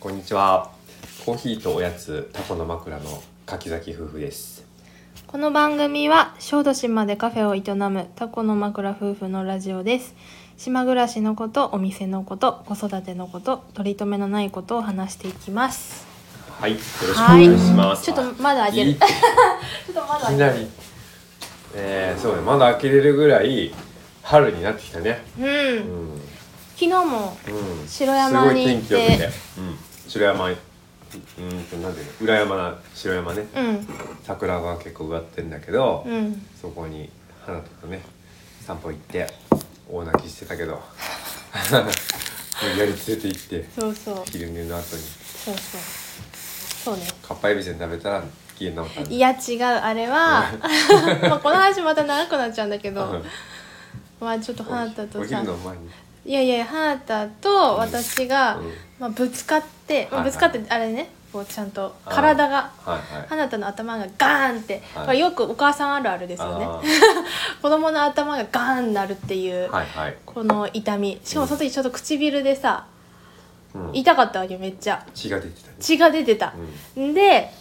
こんにちは。コーヒーとおやつ、タコの枕の柿崎夫婦です。この番組は小豆島でカフェを営むタコの枕夫婦のラジオです島暮らしのことお店のこと子育てのこと取り留めのないことを話していきますはい、よろしくお願いします。ちょっとまだ開けいるいちってょっとまいきなり。えー、そうね、まだ開けれるぐらい春になってきたね。ううんん、昨日もうん。白山に行ってすごい天気良くて、うん、白山、うんとなんていうの、裏山な白山ね。うん桜が結構植わってんだけど、うんそこに花とかね、散歩行って大泣きしてたけ ど、 無理やり連れて行って。そうそう昼寝の後にそうそうそうねカッパエビせん食べたら機嫌直ったんだいや違うあ れはまあこの話また長くなっちゃうんだけうどんまあちょっと花田とおさ昼の前にいやいやハータと私が、うんまあ、ぶつかって、まあ、はいはいぶつかってあれねこうちゃんとあー体がはいはい花田の頭がガーンって、はいまあ、よくお母さんあるあるですよねあ 子供の頭がガーンなるっていう、ーはいはい、この痛みしかもその時ちょっと唇でさうん、痛かったわけめっちゃ血が出てたね血が出てた、ん、で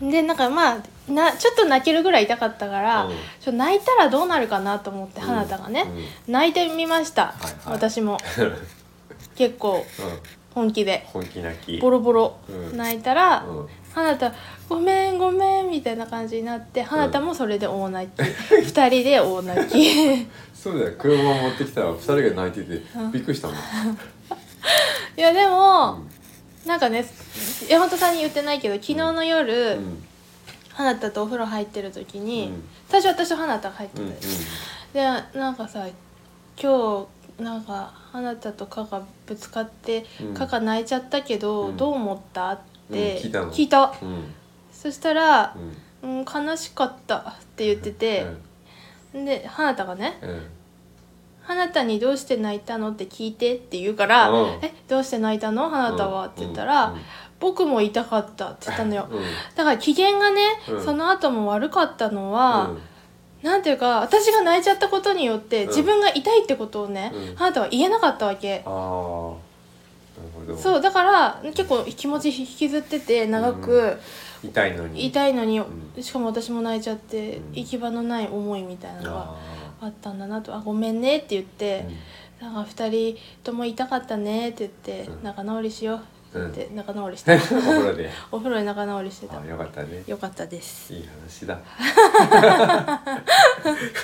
でなんかまあなちょっと泣けるぐらい痛かったから、うんちょっと泣いたらどうなるかなと思ってうん花田がね、う泣いてみました、はいはい私も結構うんうん、本気で本気泣きボロボロうん泣いたら、うん花田ごめんごめんみたいな感じになって花田もそれで大泣き、二人で大泣 きそうだよ車持ってきたら二人が泣いててびっくりしたもん、いやでも、うんなんかね山本さんに言ってないけど昨日の夜、うん花田とお風呂入ってる時に、うん最初私と花田が入ってうたんようん、でなんかさ今日なんか花田とカがぶつかって、うんカカ泣いちゃったけど、うんどう思ったっうて、ん聞いたのうんそしたらう、んうん悲しかった」って言ってて、で花田がねうんうん「花田にどうして泣いたの?」って聞いてって言うから「うんえどうして泣いたの花田は?」って言ったらう「んうん僕も痛かった」って言ったのよ。うんだから機嫌がね、うんその後も悪かったのは、うんなんていうか私が泣いちゃったことによってん自分が痛いってことをね、うん花田は言えなかったわけああなる、ほどそうだから結構気持ち引きずってて長く、痛いのにい痛いのに、うしかも私も泣いちゃって、うん行き場のない思いみたいなのがああったんだなと「あごめんね」って言ってー、 「なんか2人とも痛かったね」って言ってう「ん仲直りしよう」って言って仲直りしうた、 んお風呂でお風呂で仲直りしてたあよかったねよかったですいい話だ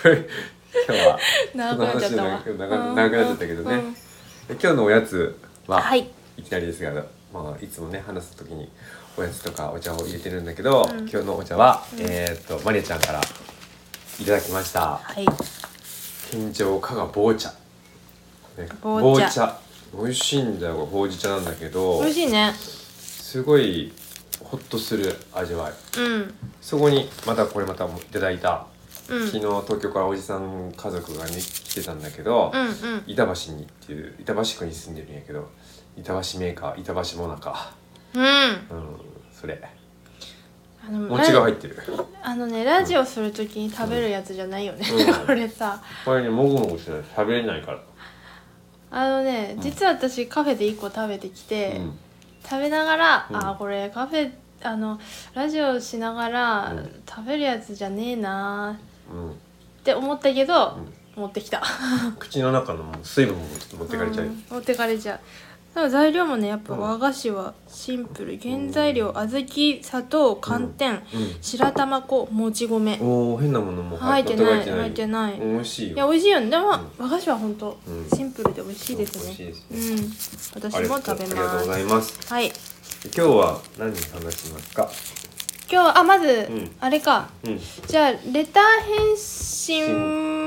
これ今日は長くなっちゃったわその話長く長くなっちゃったけどねうん今日のおやつは、、はいいきなりですが、まあ、いつもね話す時におやつとかお茶を入れてるんだけど、うん今日のお茶は、うんえーっとマリアちゃんからいただきましたはい天井加賀棒茶、ね、棒茶美味しいんだよこれほうじ茶なんだけど美味しいねすごいホッとする味わいうんそこにまたこれまたいただいたうん昨日東京からおじさん家族がね来てたんだけど、うんうん板橋にっていう板橋区に住んでるんやけど板橋メーカー板橋もなかうんうんそれあの餅がラ入ってるあのねラジオするときに食べるやつじゃないよね、うん これさこれねもぐもぐしてない食べれないからあのねん実は私カフェで1個食べてきて、うん食べながら、うんあーこれカフェあのラジオしながら、うん食べるやつじゃねえなうんーって思ったけど、持ってきた口の中のもう水分も持ってかれちゃう、うん持ってかれちゃうでも材料もねやっぱうん和菓子はシンプル原材料小豆砂糖寒天、白玉粉もち米うんおお変なものも入ってない入入っっててなないいうん美味しいよいや美味しいよねでも、う和菓子は本当、うんシンプルで美味しいです美味しいねですうねん私も食べありがとまうござすいますはい今日は何話しますか今日はあまず、うんあれかうんじゃあレター返信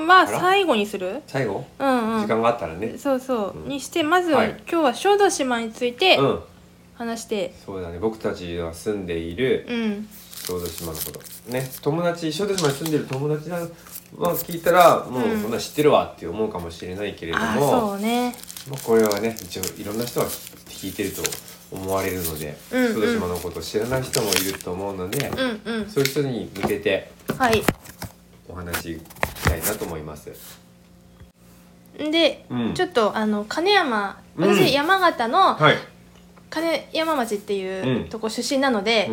は最後にする最後、うんう時ん間があったらねそうそう、うんにしてまずは、はい今日は小豆島についてうん話してそうだね僕たちが住んでいるうん小豆島のことね友達小豆島に住んでる友達が、まあ、聞いたらもううんそんな知ってるわって思うかもしれないけれどああも、そうねまあ、これはね一応いろんな人が聞いてると思われるので、うんうん小豆島のことを知らない人もいると思うので、うんうんそういう人に向けてはいお話ししたいなと思います。で、うんちょっとあの金山うん私、山形のはい、金山町っていううんとこ出身なので、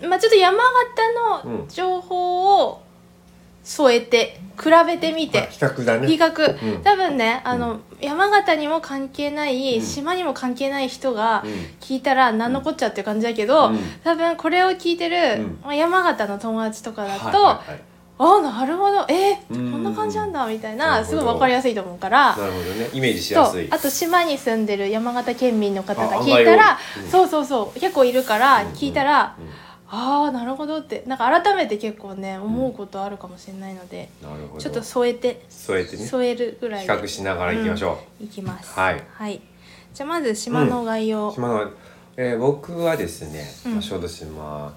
うんまあ、ちょっと山形うのん情報を添えて比べてみて比較だ比ね較、うん多分ねあの、う山形にも関係なうい、ん島にも関係ない人がうん聞いたら何のこっちゃっていう感じだけど、うん多分これを聞いてる、うんまあ、山形の友達とかだと、はいはいはいああなるほどえーうんこんな感じなんだみたいななるほすどごい分かりやすいと思うから。なるほどねイメージしやそすいうあと島に住んでる山形県民の方があ聞いた案ら外多いうんそうそうそう結構いるからうん聞いたら、うんああなるほどってなんか改めて結構ね思うことあるかもしれないので、なるほどちょっと添えてそうやってね比添えるぐらいで較しながらいきましょいきますはいじゃあまず島の概う、要島の、えー僕はですね、うんまあ小豆島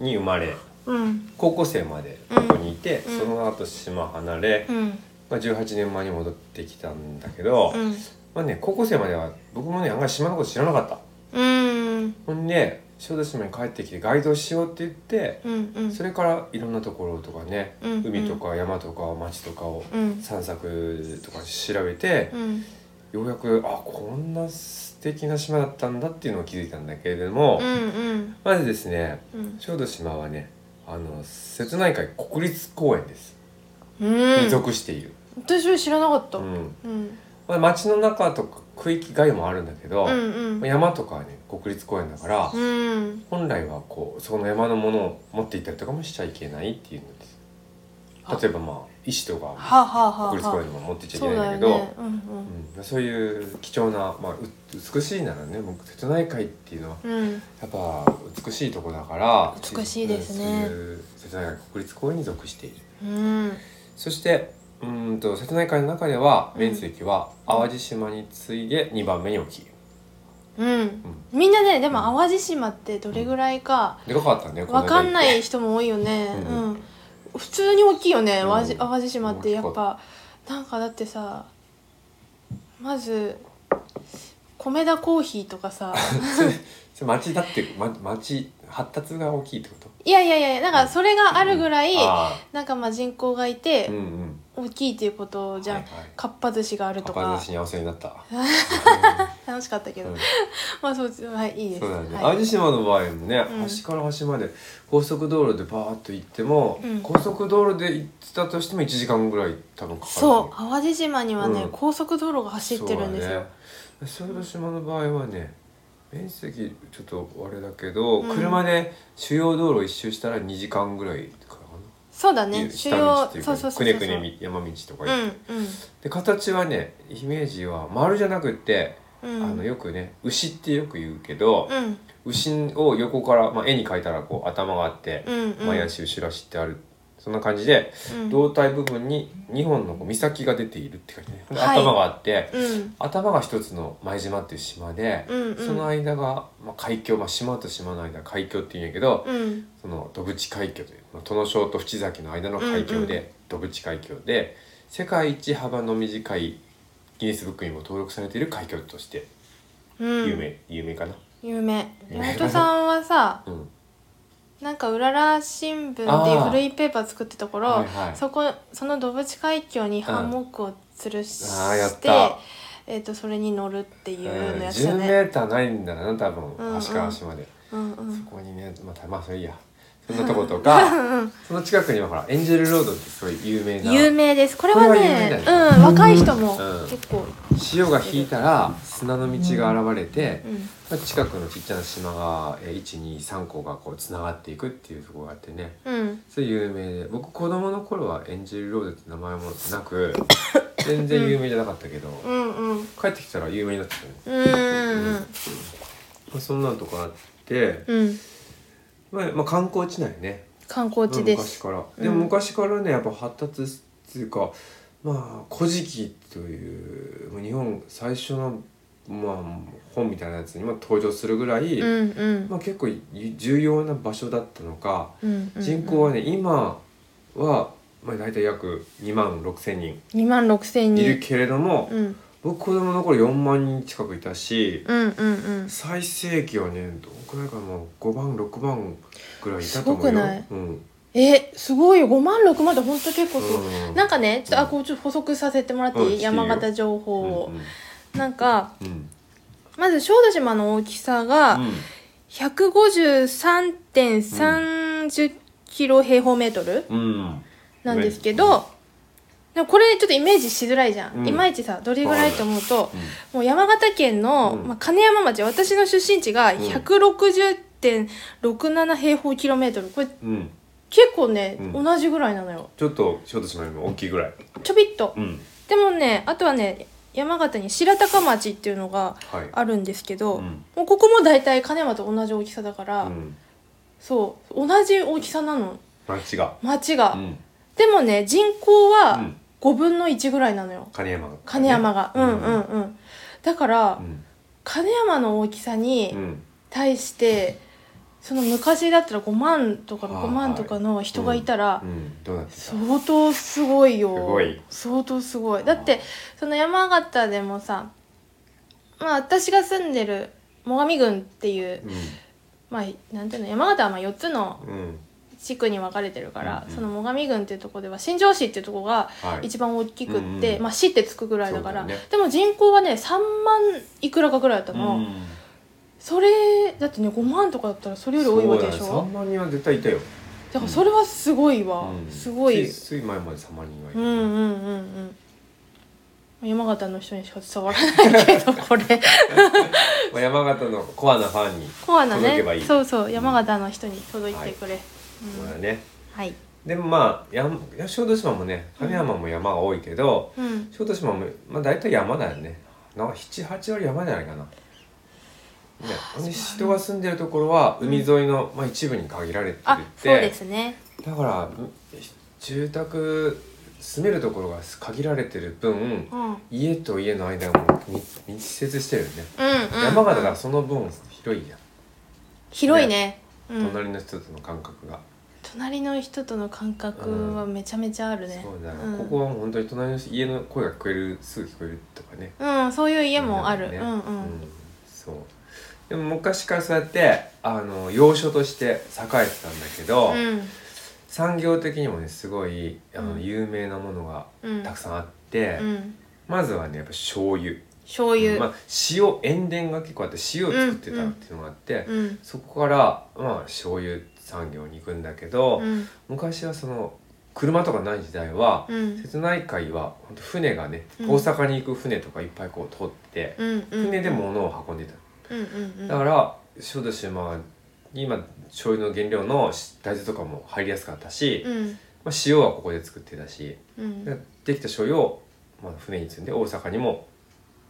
に生まれうん高校生までうんここにいて、うんその後島離れ、うんまあ、18年前に戻ってきたんだけど、うんまあね高校生までは僕もねあんまり島のこと知らなかったうんほんで小豆島に帰ってきてガイドしようって言って、うんうんそれからいろんなところとかね、うんうん海とか山とか町とかをうん散策とか調べて、うんようやくあこんな素敵な島だったんだっていうのを気づいたんだけれども、うんうんまずですねうん小豆島はねあの瀬戸内海国立公園です、うにん属している、私は知らなかった、ううんんうん、まあ、町の中とか区域外もあるんだけど、うんうんまあ山とかはね国立公園だから、うん本来はこうそこの山のものを持っていったりとかもしちゃいけないっていうのです例えばまあ石とかはあ、はあはあ国立公は園も持っていっちゃいそけうないんだだよけどねうんうん、そういう貴重な、まあ、う美しいならねもう瀬戸内海っていうのはうんうんやっぱ美しいとこだから美しいですねうんそういう瀬戸内海国立公園に属しているうんそしてうーんと瀬戸内海の中では面積は淡路島に次いで2番目に大きいうんみんなねでも淡路島ってどれぐらいかでかかったねこのわ間かんない人も多いよねううんん、普通に大きいよねうん淡路淡路島ってやっ大きかぱなんかだってさまず米田コーヒーとか さそれ町だって、ま、町発達が大きいってこといやいやいやなんかそれがあるぐらい、あなんかまあ人口がいあうてんうん大きいっていうことじゃん、はいはいかっぱ寿司があるとパパかの幸せにな った、楽しかったけど、うんまあそうですはいいいですそうだね、はい淡路島の場合もね、うん端から端まで高速道路でバーッと行っても、うん高速道路で行ってたとしても1時間ぐらい多分かかるそう淡路島にはね、うん高速道路が走ってるんですよ、そうだね小豆島の場合はね面積ちょっとあれだけど、うん車で主要道路一周したら2時間ぐらいかそうだな、ね主下道要っていうかそうそうくそうそうねくねみ山道とかう行って、んで形はねイメージは丸じゃなくって、うんうんあのよくね牛ってよく言うけど、うん牛を横から、まあ、絵に描いたらこう頭があって、うんうん前足後ろ足ってあるそんな感じで、うん胴体部分に2本のこう岬が出ているって感じね、ではい頭があって、うん頭が一つの前島っていう島で、うんうんその間が、まあ、海峡、まあ、島と島の間海峡っていうんやけど、うんその戸淵海峡という、まあ、殿小と淵崎の間の海峡で、うん戸淵海峡で世界一幅の短いギネスブックにも登録されている海峡としてうん有名、有名かな。有名有名山本さんはさうんなんかうらら新聞っていう古いペーパー作ってた頃、あーはいはいそこその土淵海峡にハンモックを吊るし、あーやってたえっ、とそれに乗るっていうのやつだ10メね、ーターないんだな多分うんうん端から端まで、うんうんそこにねまたまあそれいいやそんなとことかうんその近くにはほらエンジェルロードってすごい有名な有名ですこれはこれは有名ねだよねうん、若い人もうん結構、潮が引いたら砂の道が現れて、うんまあ、近くのちっちゃな島がえー123個がこうつながっていくっていうところがあってねうん、それ有名で僕子供の頃はエンジェルロードって名前もなく全然有名じゃなかったけど、うんうん帰ってきたら有名になってたね、うんうんまあ、そんなのとかあって、うんまあまあ、観光地内ね観光地で昔すから、うんでも昔からねやっぱ発達っていうかまあ「古事記」というまあ日本最初の、まあ、本みたいなやつにも登場するぐらい、うんうんまあ、結構い重要な場所だったのか、うんうん人口はね今は、まあ、大体約2万6千人2万6千いる人けれども、うん僕子供の頃4万人近くいたし、うんうんうん最盛期はねどんくらいかな5番6番ぐらいいたと思うよ。すごくないうんえすごいよ5万6万ってほんと結構すごい、うんなんかねちょっとあこうちょっと補足させてもらっていい、うん山形情報を、うんうんなんかうんまず小豆島の大きさがうん153.30キロ平方メートルうんなんですけど、でもこれちょっとイメージしづらいじゃん、うんいまいちさどれぐらいと思うと、うんもう山形県の、うんまあ、金山町私の出身地がん160.67平方キロメートルこれうん結構ね、うん同じぐらいなのよちょっと小豆島よりも大きいぐらいちょびっと、うんでもねあとはね山形に白鷹町っていうのがはいあるんですけど、うんもうここも大体金山と同じ大きさだから、うんそう同じ大きさなの町が町が、うんでもね人口うはん5分の1ぐらいなのよ、金山が金山が、ねうんうんうんだから、うん金山の大きさうにん対して、その昔だったら5万とかはい6万とかの人がいたら、うんどうなってた相当すごいよすごい相当すごいだってその山形でもさまあ私が住んでる最上郡っていううまあなんていうの山形はまあ4つのんうん地区に分かれてるかうら、んうんその最上郡っていうところでは新庄市っていうところがはい一番大きくって、うんうんまあ、市ってつくぐらいだからそうだよねでも人口はね3万いくらかぐらいだったの、うんそれだってね5万とかだったらそれより多いわけでしそうだょね3万人は絶対いたよだからそれはすごいわ、うんすごいつつい前まで3万人がいうんたうんうんうん山形の人にしか伝わらないけど これまあ山形のコアなファンにコアな届ねけばいいそうそう山形の人に届いてくれ、うんそうだねはい、でもまあやんいや小豆島もね金山も山が多いけど、うん、小豆島もまあ大体山だよねなんか78割山じゃないかな、ね、で人が住んでるところは海沿いの、まあ、一部に限られてあそうてですねだからう住宅住めるところが限られてる分うん、うんうん家と家の間がもう密密接してるよね、うん山形がその分広いやん、広いねうん、隣の人との感覚が、隣の人との感覚はめちゃめちゃあるね、そうだ、んここはもう本当に隣の人家の声が聞こえるすぐ聞こえるとかねうん、そういう家もある、ねうんうん、そうでも昔からそうやってあの要所として栄えてたんだけど、うん産業的にもねすごいあの、うん有名なものがうんたくさんあって、うんまずはねやっぱ醤油醤油、まあ、塩塩田が結構あって塩を作ってたっていうのがあって、うんそこからまあ醤油産業に行くんだけど、うん昔はその車とかない時代は、うん瀬戸内海は本当船がね、うん大阪に行く船とかいっぱいこう通って、うんうん船で物を運んでた、うんうんうんだから小豆島に今醤油の原料の大豆とかも入りやすかったし、うんまあ、塩はここで作ってたし、うんでできた醤油を、まあ、船に積んで大阪にも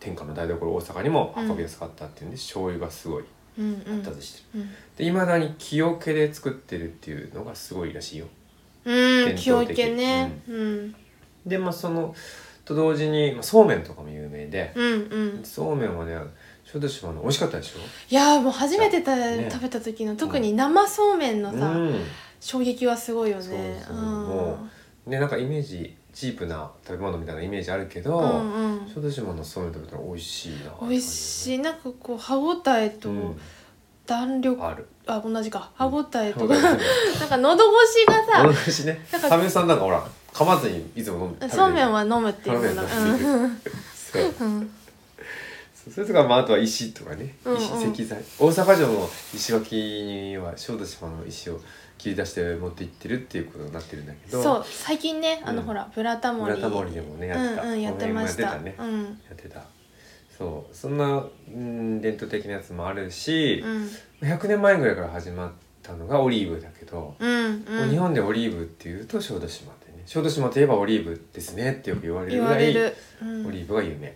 天下の台所大阪にも運びやすかったっていうんで、醤油がすごいうんうん発達してる、うんでいまだに木桶で作ってるっていうのがすごいらしいようん伝気統を的いけねうんでまあそのと同時に、まあ、そうめんとかも有名で、うんうんそうめんはね小豆島の美味しかったでしょいやーもう初めてたね食べた時の特に生そうめんのうさん衝撃はすごいよねそううそうんもでなんかイメージチープな食べ物みたいなイメージあるけうど、んうん小豆島のそうめん食べたら美味しいなって感じ美味しいなんかこう歯ごたえとうん弾力あるあ同じか歯ごたえ と同か なんか喉越しがさじねなんか サメさんなんかほら噛まずにいつも飲む食べてるそうめんは飲むっていうものそうめんうんうんそううんそうそれとか、まあ、あとは石とかねうんうん石石材大阪城の石垣には小豆島の石を切り出して持って行ってるっていうことになってるんだけどそう最近ねあのうんほら、ブラタモリブラタモリでもねやってたうんうん、やってましたお面もやってたうんやってたそうそんな、うん、伝統的なやつもあるしう、ん100年前ぐらいから始まったのがオリーブだけど、うんもううん日本でオリーブっていうと小豆島でね小豆島といえばオリーブですねってよく言われる言ぐわられいる、うオリん、ーブが有名、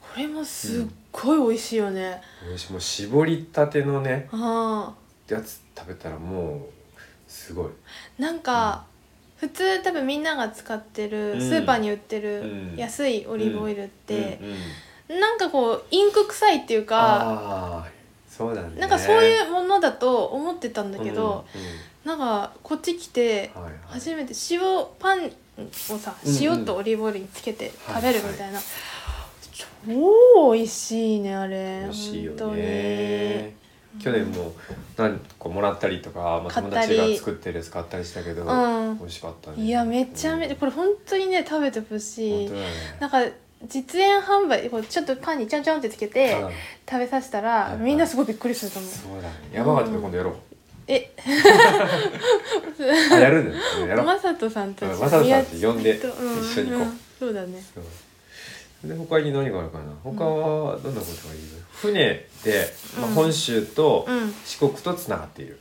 これもすっごい美味しいよね、私もう絞りたてのねあやつ食べたらもうすごい、ーなんか、普通多分みんなが使ってうるんスーパーに売ってうるん安いオリーブオイルってう、んうんなんかこうインク臭いっていうかああそうだねなんかそういうものだと思ってたんだけど、、うんなんかこっち来てうんはいはい初めて塩パンをさうんうん塩とオリーブオイルにつけて食べるみたいな、超美味しいねあれ美味しいよ本当にね去年も何個もらったりとか、まあ、買っ友たり達が作ってるやつ買ったりしたけど、うん美味しかったねいやめちゃめちゃこれ本当にね食べてほれし本い当だねなんか実演販売こうちょっとパンにちょんちょんってつけてあ食べさせたはいらはいみんなすごいびっくりすると思うそうだね山形で今度やろうえ あやるんだよねやろうマサトさんたちうんマサトさんって呼んで宮地と一緒に行こうそうだねそうで他に何があるかな他はどんなことがいいの船で、まあ、うん本州とうん四国とつながっている、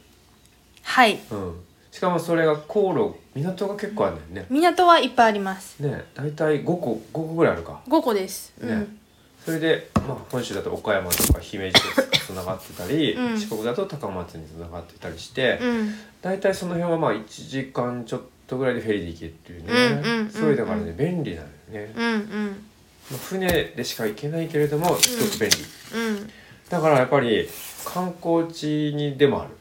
はいうん、しかもそれが航路港が結構あるんだよね、港はいっぱいありますね大体5個5個ぐらいあるか5個です、うねん、それで、まあ、本州だと岡山とか姫路とつながってたり、うん四国だと高松につながってたりして、うん大体その辺はまあ1時間ちょっとぐらいでフェリーで行けるっていうね、うんうんうんうんそういうだからね便利なんだよね、うんうんまあ、船でしか行けないけれどもすごく便利、うんだからやっぱり観光地にでもある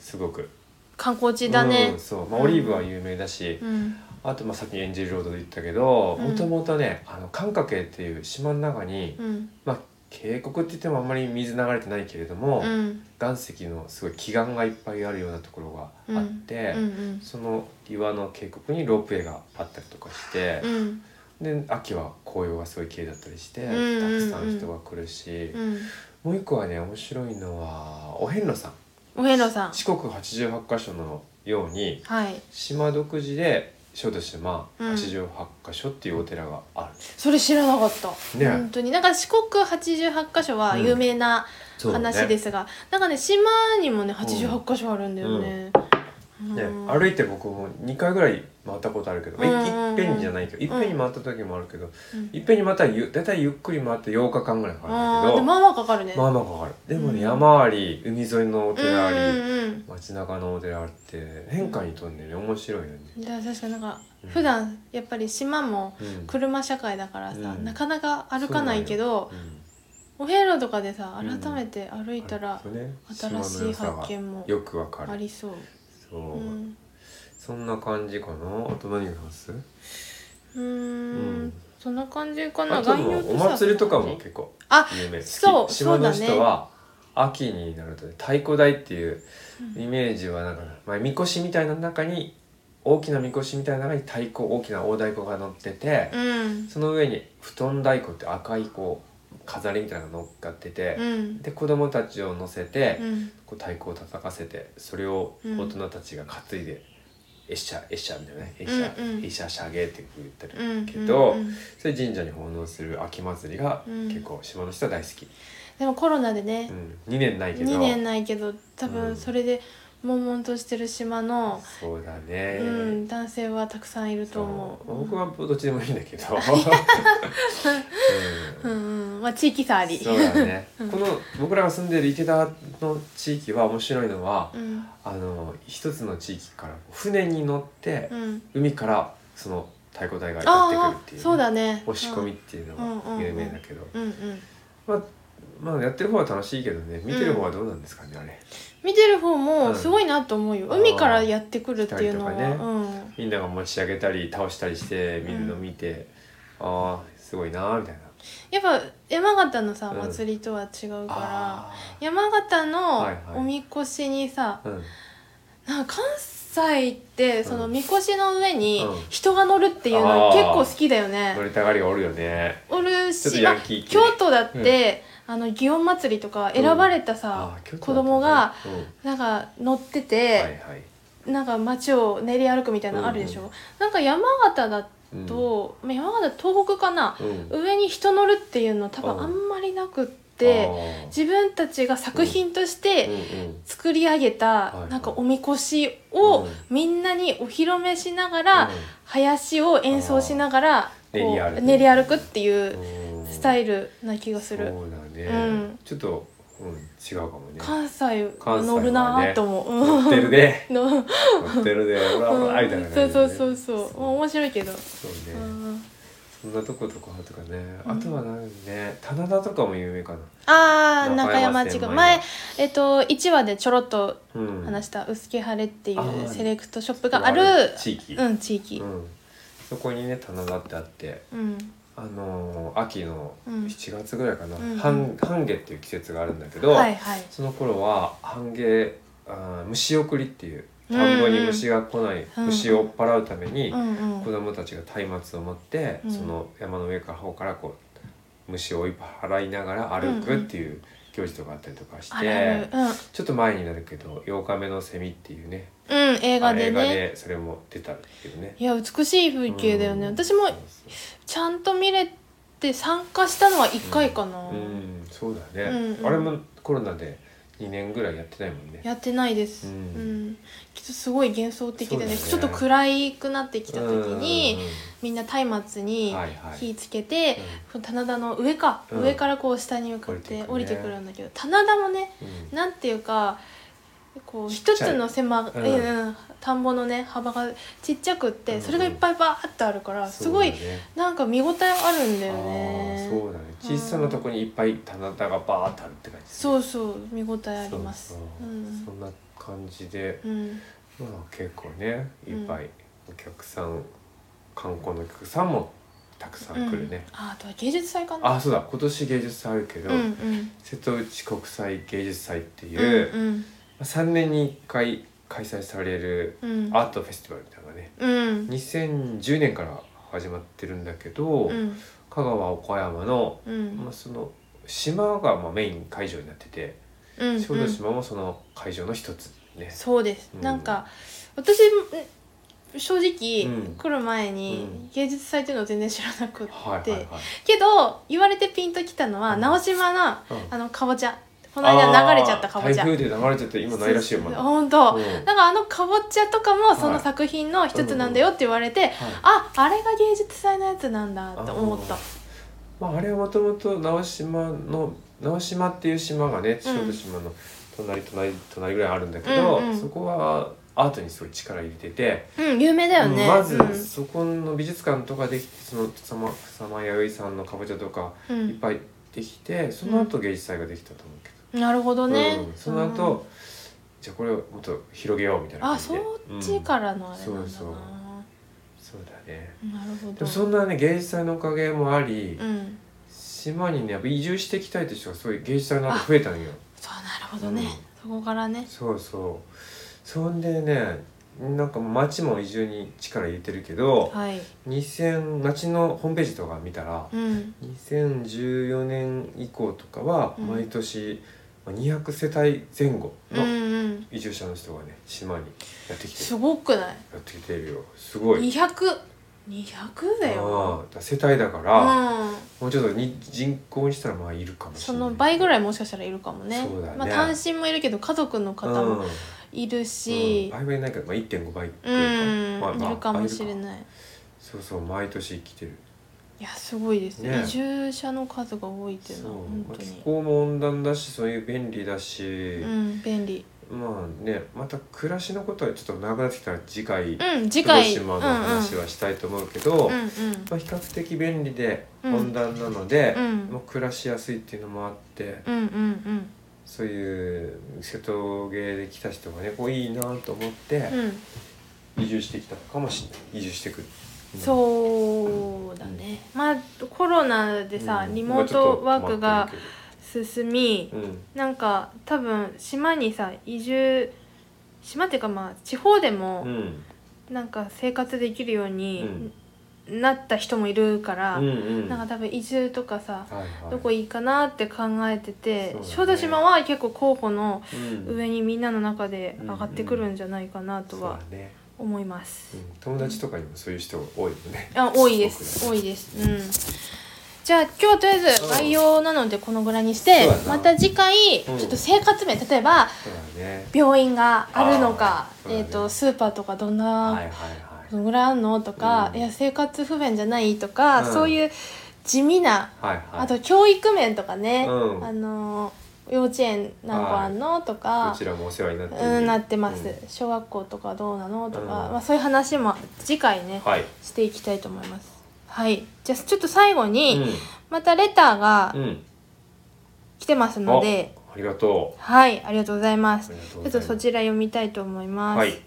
すごく観光地だねうん、そう、まあ、オリーブは有名だし、うんあとまあさっきエンジェルロードで言ったけどうんもともとねあの寒華渓っていう島の中に、うんまあ渓谷って言ってもあんまり水流れてないけれども、うん岩石のすごい奇岩がいっぱいあるようなところがあって、うんその岩の渓谷にロープウェイがあったりとかしてう、んで秋は紅葉がすごい綺麗だったりして、うんうんうんたくさん人が来るし、うんもう一個はね面白いのはお遍路さんお遍路さん四国88箇所のようにはい島独自で小豆島うん88箇所っていうお寺がある、それ知らなかった、ね本当になんか四国88箇所は有名な話ですすが、なんかね島にもね88箇所あるんだよね、うんね、歩いて僕も2回ぐらい回ったことあるけど、うんいいっぺんにじゃないけどいっぺんに回った時もあるけど、うんいっぺんにまたゆ大体ゆっくり回って8日間ぐらいかかるんだあーけでどまあまあかかるね、まあまあかかるでもね、うん山あり海沿いのお寺あり、うんうん街中のお寺ありって変化にとんでね面白いよね、うん、だから確かになんか普段やっぱり島もうん車社会だからさ、うんなかなか歩かないけどうんお遍路とかでさうん改めて歩いたらあれね新しい発見もよくわかあるりそう、そう、うんそんな感じかなあと何がありますうーんうんそんな感じかなあとも概要おさ祭りとかもこんな感じ結構あ有名好きそう島のそうだ人ねは秋になるとね太鼓台っていううんイメージはなんか、まあ、みこしみたいな中に大きなみこしみたいな中に太鼓大きな大太鼓が乗ってて、うんその上に布団太鼓って赤いこう飾りみたいなのが乗っかってて、うんで子供たちを乗せて、うんこう太鼓を叩かせてそれを大人たちが担いで、えっしゃえっしゃみたいなねえっしゃ、うんうんえっしゃしゃげって言ったり、うんけどうんうんそれ神社に奉納する秋祭りがうん結構島の人は大好き、でもコロナでねうん、2年ないけど2年ないけど多う分んそれで悶々としてる島の、そうだうね、ん、男性はたくさんいるとそう思う僕はどっちでもいいんだけど、ううんんうんまあ地域差ありそうだね、うんこの僕らが住んでる池田の地域は面白いのは、うんあの一つの地域から船に乗って、うん海からその太鼓台がやってくるあっていあう,、そうだね押し込みっていうのが有名だけど、うんうんまあやってる方は楽しいけどね見てる方はどうなんですかね、あれ見てる方うもんすごいなと思うよ、あー海からやってくるっていうのは、来たりとかうんみんなが持ち上げたり倒したりして見るの見て、ああすごいなーみたいなやっぱ山形のさおうん祭りとは違うから、あ山形のはいはいおみこしにさ、あうんなんか関西ってそのうんみこしの上にうん人が乗るっていうのあー結構好きだよね乗、りたがりがおるよねおるちょっとし、ヤまあンキー系京都だって、あの祇園祭りとか選ばれたさ、あー京都子だったね供がうんなんか乗ってて、はいはいなんか街を練り歩くみたいなのあるでしょ、うんうなんか山形だうんと、まあ山形東北かな、うん上に人乗るっていうの多う分んあんまりなくって、自分たちが作品としあーうんてうん作り上げた、はいはいなんかおみこしをうんみんなにお披露目しながら、うん林を演奏しながらあー練こり歩うく練り歩くっていううんスタイルな気がする、そうだね、うんちょっと、うん、違うかもね関西関西は乗ねるなーと思う、乗ってるねうんの乗ってる ねオラオラみたいな感じで、ね、そうそうそうそう面白いけど、そうね、うんそんなとことかとかね、うんあとはなんかね棚田とかも有名かなあー中中山山千賀千賀前えっと1話でちょろっとうん話した「薄毛晴れ」っていあーうセレクトショップがある地域、うん地域うんそこにね棚田ってあってうんあのー秋のうん7月ぐらいかな、うん半半夏っていう季節があるんだけど、はいはいその頃は半夏あー虫送りっていう田んぼに虫が来ない、うん虫を追っ払うために、うんう子ん供たちが松明を持って、うんその山の上から方からこう虫を追い払いながら歩くっていう行事とかあったりとかして、あるあるちょっと前になるけど「8日目のセミ」っていうねうん、うん、映画あでの映画ねでそれも出たっていうねいや美しい風景だよね、うん私そうもそうちゃんと見れて参加したのは1回かな、うん、そうだね、うんうんあれもコロナで2年ぐらいやってないもんねやってないです、ううんんきっとすごい幻想的そでねうだねちょっと暗くなってきた時に、うんうんうんみんな松明にはいはい火つけて、棚田の上か、うん上からこう下に向かって降降りりてくてくるるんだけど棚田もねうんなんていうかこうちっ一ちゃいつの狭い、うんうん田んぼのね幅がちっちゃくって、うんうんそれがいっぱいバーってあるからすごいそうだねなんか見応えあるんだあよーねそうだね小さなとこにいっぱい棚田がバーってあるって感じですねそうそう見応えありますそうそううそんんな感じで、うんまあ、結構ねいっぱいお客さん、観光のお客さんもたくさん来るね、うんああとは芸術祭かなあそうだ今年芸術祭あるけうど、んうん瀬戸内国際芸術祭っていうう、ん3年に1回開催されるうんうんアートフェスティバルみたいなのがねうん2010年から始まってるんだけど、うん香川岡山の、うんまあ、その島がまあメイン会場になっててうん小豆島もその会場の一つね。そうです、うんなんか私ん正直、うん来る前にうん芸術祭っていうのを全然知らなくって、はいはいはい。けど言われてピンときたのは、うん直島のうんあのかぼちゃこの間流れちゃったかぼちゃあー台風で流れちゃって今ないらしいよそうまそうだ。本当、うんなんかあのかぼちゃとかもそはのい作品の一つなんだよって言われて、ああれが芸術祭のやつなんだって思ったあーまあ、あれはもともと直島の直島っていう島がね小豆島の隣隣隣ぐらいあるんだけど、うんうんそこはアートにすごい力入れてて、うん有名だよね、まずうんそこの美術館とかできてその草間草間彌生さんのかぼちゃとかういっんぱいできてその後芸術祭ができたと思うけど。なるほどね、うん、その後、じゃあこれをもっと広げようみたいなあ感じそでっちからのあれなんだな、そうそううん、そうだねなるほでど。もそんなね芸術祭のおかげもあり、うん。島にねやっぱ移住していきたいって人がすごい芸術祭の後増えたのよそうなるほどね。そこからね。そうそうそんでねなんか町も移住に力入れてるけどはい。 2000町のホームページとか見たらうん。 2014年以降とかはうん毎年まあ200世帯前後うんのうん。移住者の人がね島にやってきてるすごくないやってきてるよすごい2 0 0 2 0だよ。ああ世帯だから、うん。もうちょっとに人口にしたらまあいるかもしそれないの倍ぐらいもしかしたらいるかもね。そうだねまあ単身もいるけど家族の方うもんいるうんし、倍はいないけど、まあ、1.5倍くうらいかん、まあまあいるかもしれいない。そうそう毎年生きてるいやすごいですね。ね移住者の数が多いっていうそのうは、ま本あ、当気に。候も温暖だしそういう便利だうし、ん便利。まあねまた暮らしのことはちょっと長くなってきたら次回うん次回。広うん島うん。の話はしたいと思うけど、うんうん。まあ、比較的便利でうん温暖なので、うんまあ、暮らしやすいっていうのもあって、うんうんうん。そういう瀬戸芸で来た人がねこういいなと思ってうん。移住してきたのかもしれない移住してくる、そうだね、まあコロナでさ、うんリモートワークが、まあちょっ進みと待ってるなんか多分島にさ移住島っていうかまあ地方でけどうもんうんなんか生活できるようになった人もいるから、うんうんなんか多分移住とかさ、はいはいどこいいかなって考えてて、そうだね小豆島は結構候補のうん上にみんなの中で上がってくるんじゃないかなとそうはだね、思います。うん、友達とかにもそういう人多いよねあ多いです多いいですうんじゃあ今日はとりあえず概要なのでこのぐらいにしてそうだなまた次回ちうょんっと生活面例えばそうだね病院があるのかあー、そうだえねー、とスーパーとかどんはいはいはないどのぐらいあるのとか、うんいや生活不便じゃないとか、うんそういう地味なはいはいあと教育面とかね、うんあの幼稚園何個あんのとかうちらもお世話になってるうんなってます、うん小学校とかどうなのとか、うんまあ、そういう話も次回ね、はい、していきたいと思います。はい、じゃあちょっと最後にうまたレターがんうん、来てますので、ありがとはい、ありがとうございまうす。ありがちとうございまょっとすそちら読みたいと思います。はい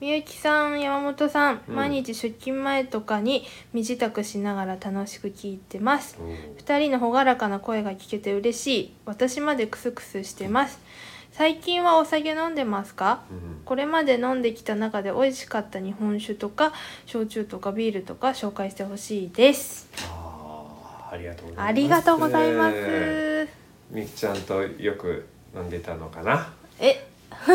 みゆきさん、山本さん、うん毎日出勤前とかに身支度しながら楽しく聞いてます。おー二人の朗らかな声が聞けて嬉しい。私までクスクスしてます。最近はお酒飲んでますか？うんこれまで飲んできた中で美味しかった日本酒とか焼酎とかビールとか紹介してほしいです。あありがとうございますありがとうございます。みきちゃんとよく飲んでたのかなえ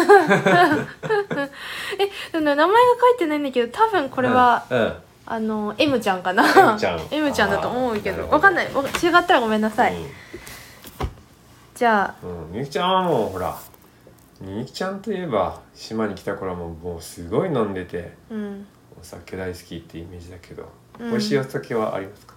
えでもね名前が書いてないんだけど多分これは、うんうんあの M ちゃんかな M ちゃん M ちゃんだと思うけあーなるどほどわかんないわ違ったらごめんなさい、じゃうんうんみきちゃんはもうほらみきちゃんといえば島に来た頃はもうもうすごい飲んでてあうんお酒大好きってイメージだけど、うん美味しいお酒はありますか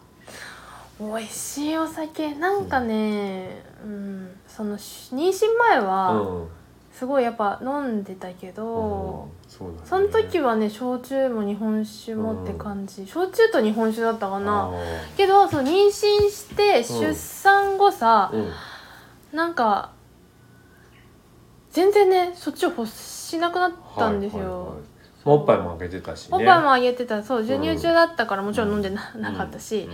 美味しいお酒なんかねうん、そのし妊娠前はうんすごいやっぱ飲んでたけど、うんそうだねその時はね焼酎も日本酒もって感じ、焼酎と日本酒だったかな、けどその妊娠して出産後さあー、うんなんか全然ねそっちを欲しなくなったんですよ、はいはいはいもうおっぱいもあげてたしねおっぱいもあげてたそう授う乳ん中だったからもちろん飲んでな,、なかったし、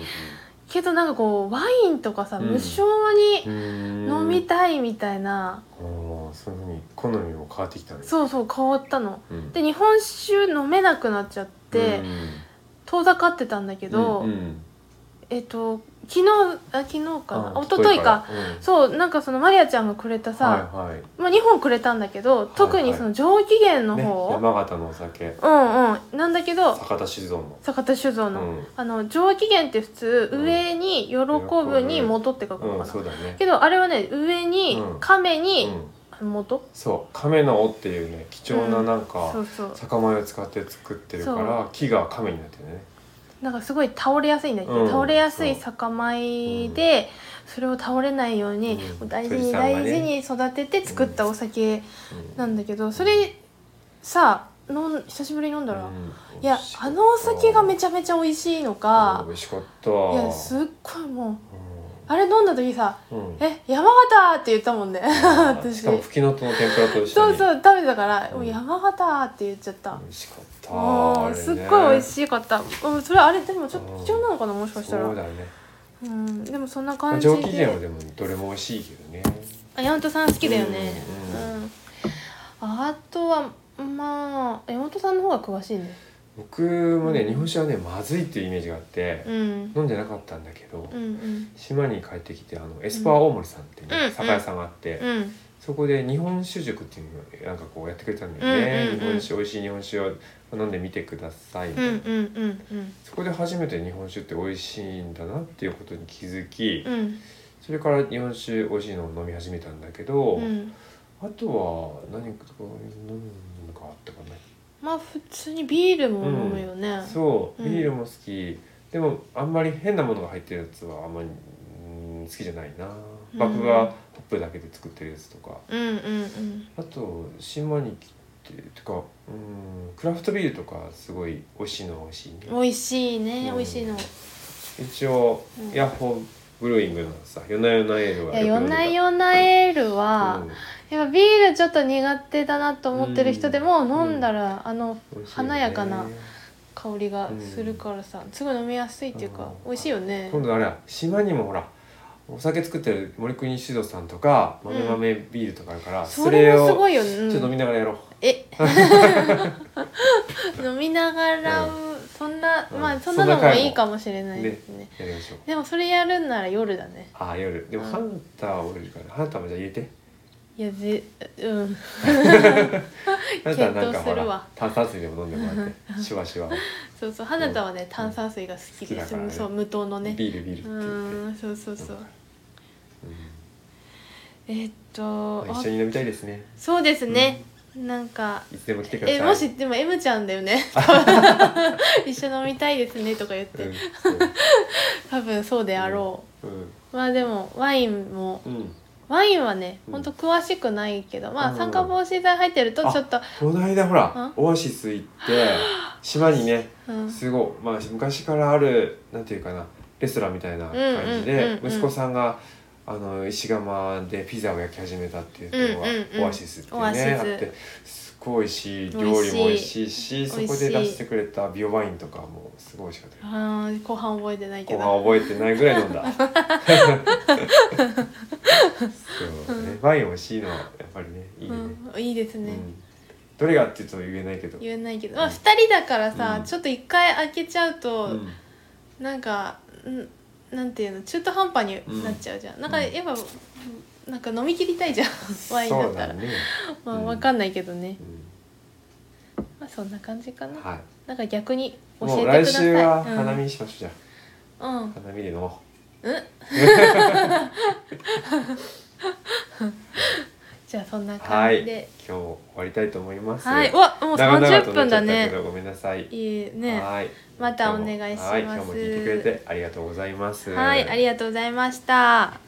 けどなんかこうワインとかさうん無性に飲飲みたいみたいな、おーそういうふうに好みも変わってきたねそうそう変わったのうんで日本酒飲めなくなっちゃって、うん遠ざかってたんだけど、うんうんえっと昨日あ昨日かなあ一昨日かうんそうなんかそのマリアちゃんがくれたさ、はいはいまあ、2本くれたんだけど特にその上機嫌のね方、山形のお酒うんうんなんだけど酒田酒造の坂田酒造の、うんあの上機嫌って普通うん上に喜ぶに元って書くのうかんな、そうだねけどあれはね上にうん亀うにん元、そう亀の尾っていうね貴重ななんかそうそう酒米を使って作ってるから木が亀になってるねなんかすごい倒れやすいんだけど、うん倒れやすい酒米で、それを倒れないように、うんもう大事鳥にさんがね大事に育てて作ったお酒うんなんだけど、それさ飲ん久しぶりに飲んだら、うんいやあのお酒がめちゃめちゃ美味しいのか、うん美味しかったいやすっごいもうあれ飲んだ時さうんうん「え山形!」って言ったもんね私しそかもうふきのとの天ぷらと一緒そうにう食べてたから「うんお山形!」って言っちゃった美味しかったもあうれねすっごい美味しかったうんそれあれでもちょっうとん貴重なのかなもしかしたらそううだねんでもそんなまあ感じ上機嫌はででもどれも美味しいけどねあ山本さん好きだよねううんんあとはまあ山本さんの方が詳しいね僕もね日本酒はねまずいっていうイメージがあってうん飲んでなかったんだけどうんうん島に帰ってきてあのエスパー大森さんってうんね酒屋さんがあってうんそこで日本酒塾っていうのをなんかこうやってくれたんだよねうん日うんうん本酒美味しい日本酒を飲んでみてくださいみうたいんなうんうんうんそこで初めて日本酒って美味しいんだなっていうことに気づきうんそれから日本酒美味しいのを飲み始めたんだけど、うんあとは何か飲むのかあったかねまあ普通にビールも飲むよねそううんビールも好き、でもあんまり変なものが入ってるやつはあんまりうん好きじゃないなうん麦がホップだけで作ってるやつとかうんうんあと島に来ててかうんクラフトビールとかすごい美味しいのは美味しいねうん美味しいね、うん美味しいの一応、うんヤッホーブルーイングのさ「夜な夜なエール」いはやよくヨ飲んでナたヨナエールは、うんやっぱビールちょっと苦手だなと思ってる人でも、うん飲んだらあの美味しいよね華やかな香りがするからさ、すごい飲みやすいっていううか、ん美味しいよね今度あれや島にもほらお酒作ってる森国酒造さんとかうん豆豆ビールとかあるから、それもすごいよね、ちょっと飲みながらやろう、 え飲みながら、そんなうんまあそんなのそんなも回もいいかもしれないですねやりましょうでもそれやるんなら夜だねああ夜でもうんハンターおるから、ハンターもじゃあ入れていやぜうんハンターなんか検討すほるらわ炭酸水でも飲んでもら ってシュワシュワ、そうそう花田はね炭酸水が好き好できだす、からねそう無糖のねビールビールってう言ってーんそうそうそううんえーっとまああ一緒に飲みたいですねそうですね、なんかいつでも来てくださいえもしでも M ちゃんだよね 一緒飲みたいですねとか言って、うんそう多分そうであろうんう、まあでもワインもうんワインはねうんほんと詳しくないけど、うまあん酸化防止剤入ってるとあちょっと、この間ほらうオアシス行って島にねうん、すごい、まあ、昔からあるなんていうかなレストランみたいな感じうんうんでうんうん息子さんがあの石窯でピザを焼き始めたっていうところうんうんうんがオアシスっていうねオアシスあってすごい美味しい料美味理しいも美味しいしそ美味しいこで出してくれたビオワインとかもすごい美味しかったよあー後半覚えてないけ後ど半覚えてないぐらい飲んだそうねワイン美味しいのはやっぱりねいいね、うん、いいですうね、ん、どれがっていうと言えないけど、言えないけど、まあ、2人だからさ、うんちょっと1回開けちゃううと、んなんかんなんていうの中途半端になっちゃうじゃん、なんかうんやっぱ、なんか飲み切りたいじゃんワインだそっうたら、だね、まあうんわかんないけどね、うまあそんな感じかんなはいなんか逆に教えてもうくだ来さい週はうん花見にしましょうじゃうん、あ花見で飲もじゃあそんなうは感いじ今で日終わりたいと思いますはい、うわもう長々とな30っ分ちゃだったけねどごめんなさいいいねはいまたお願いしますはい今日も聞いてくれてありがとうございますはいありがとうございました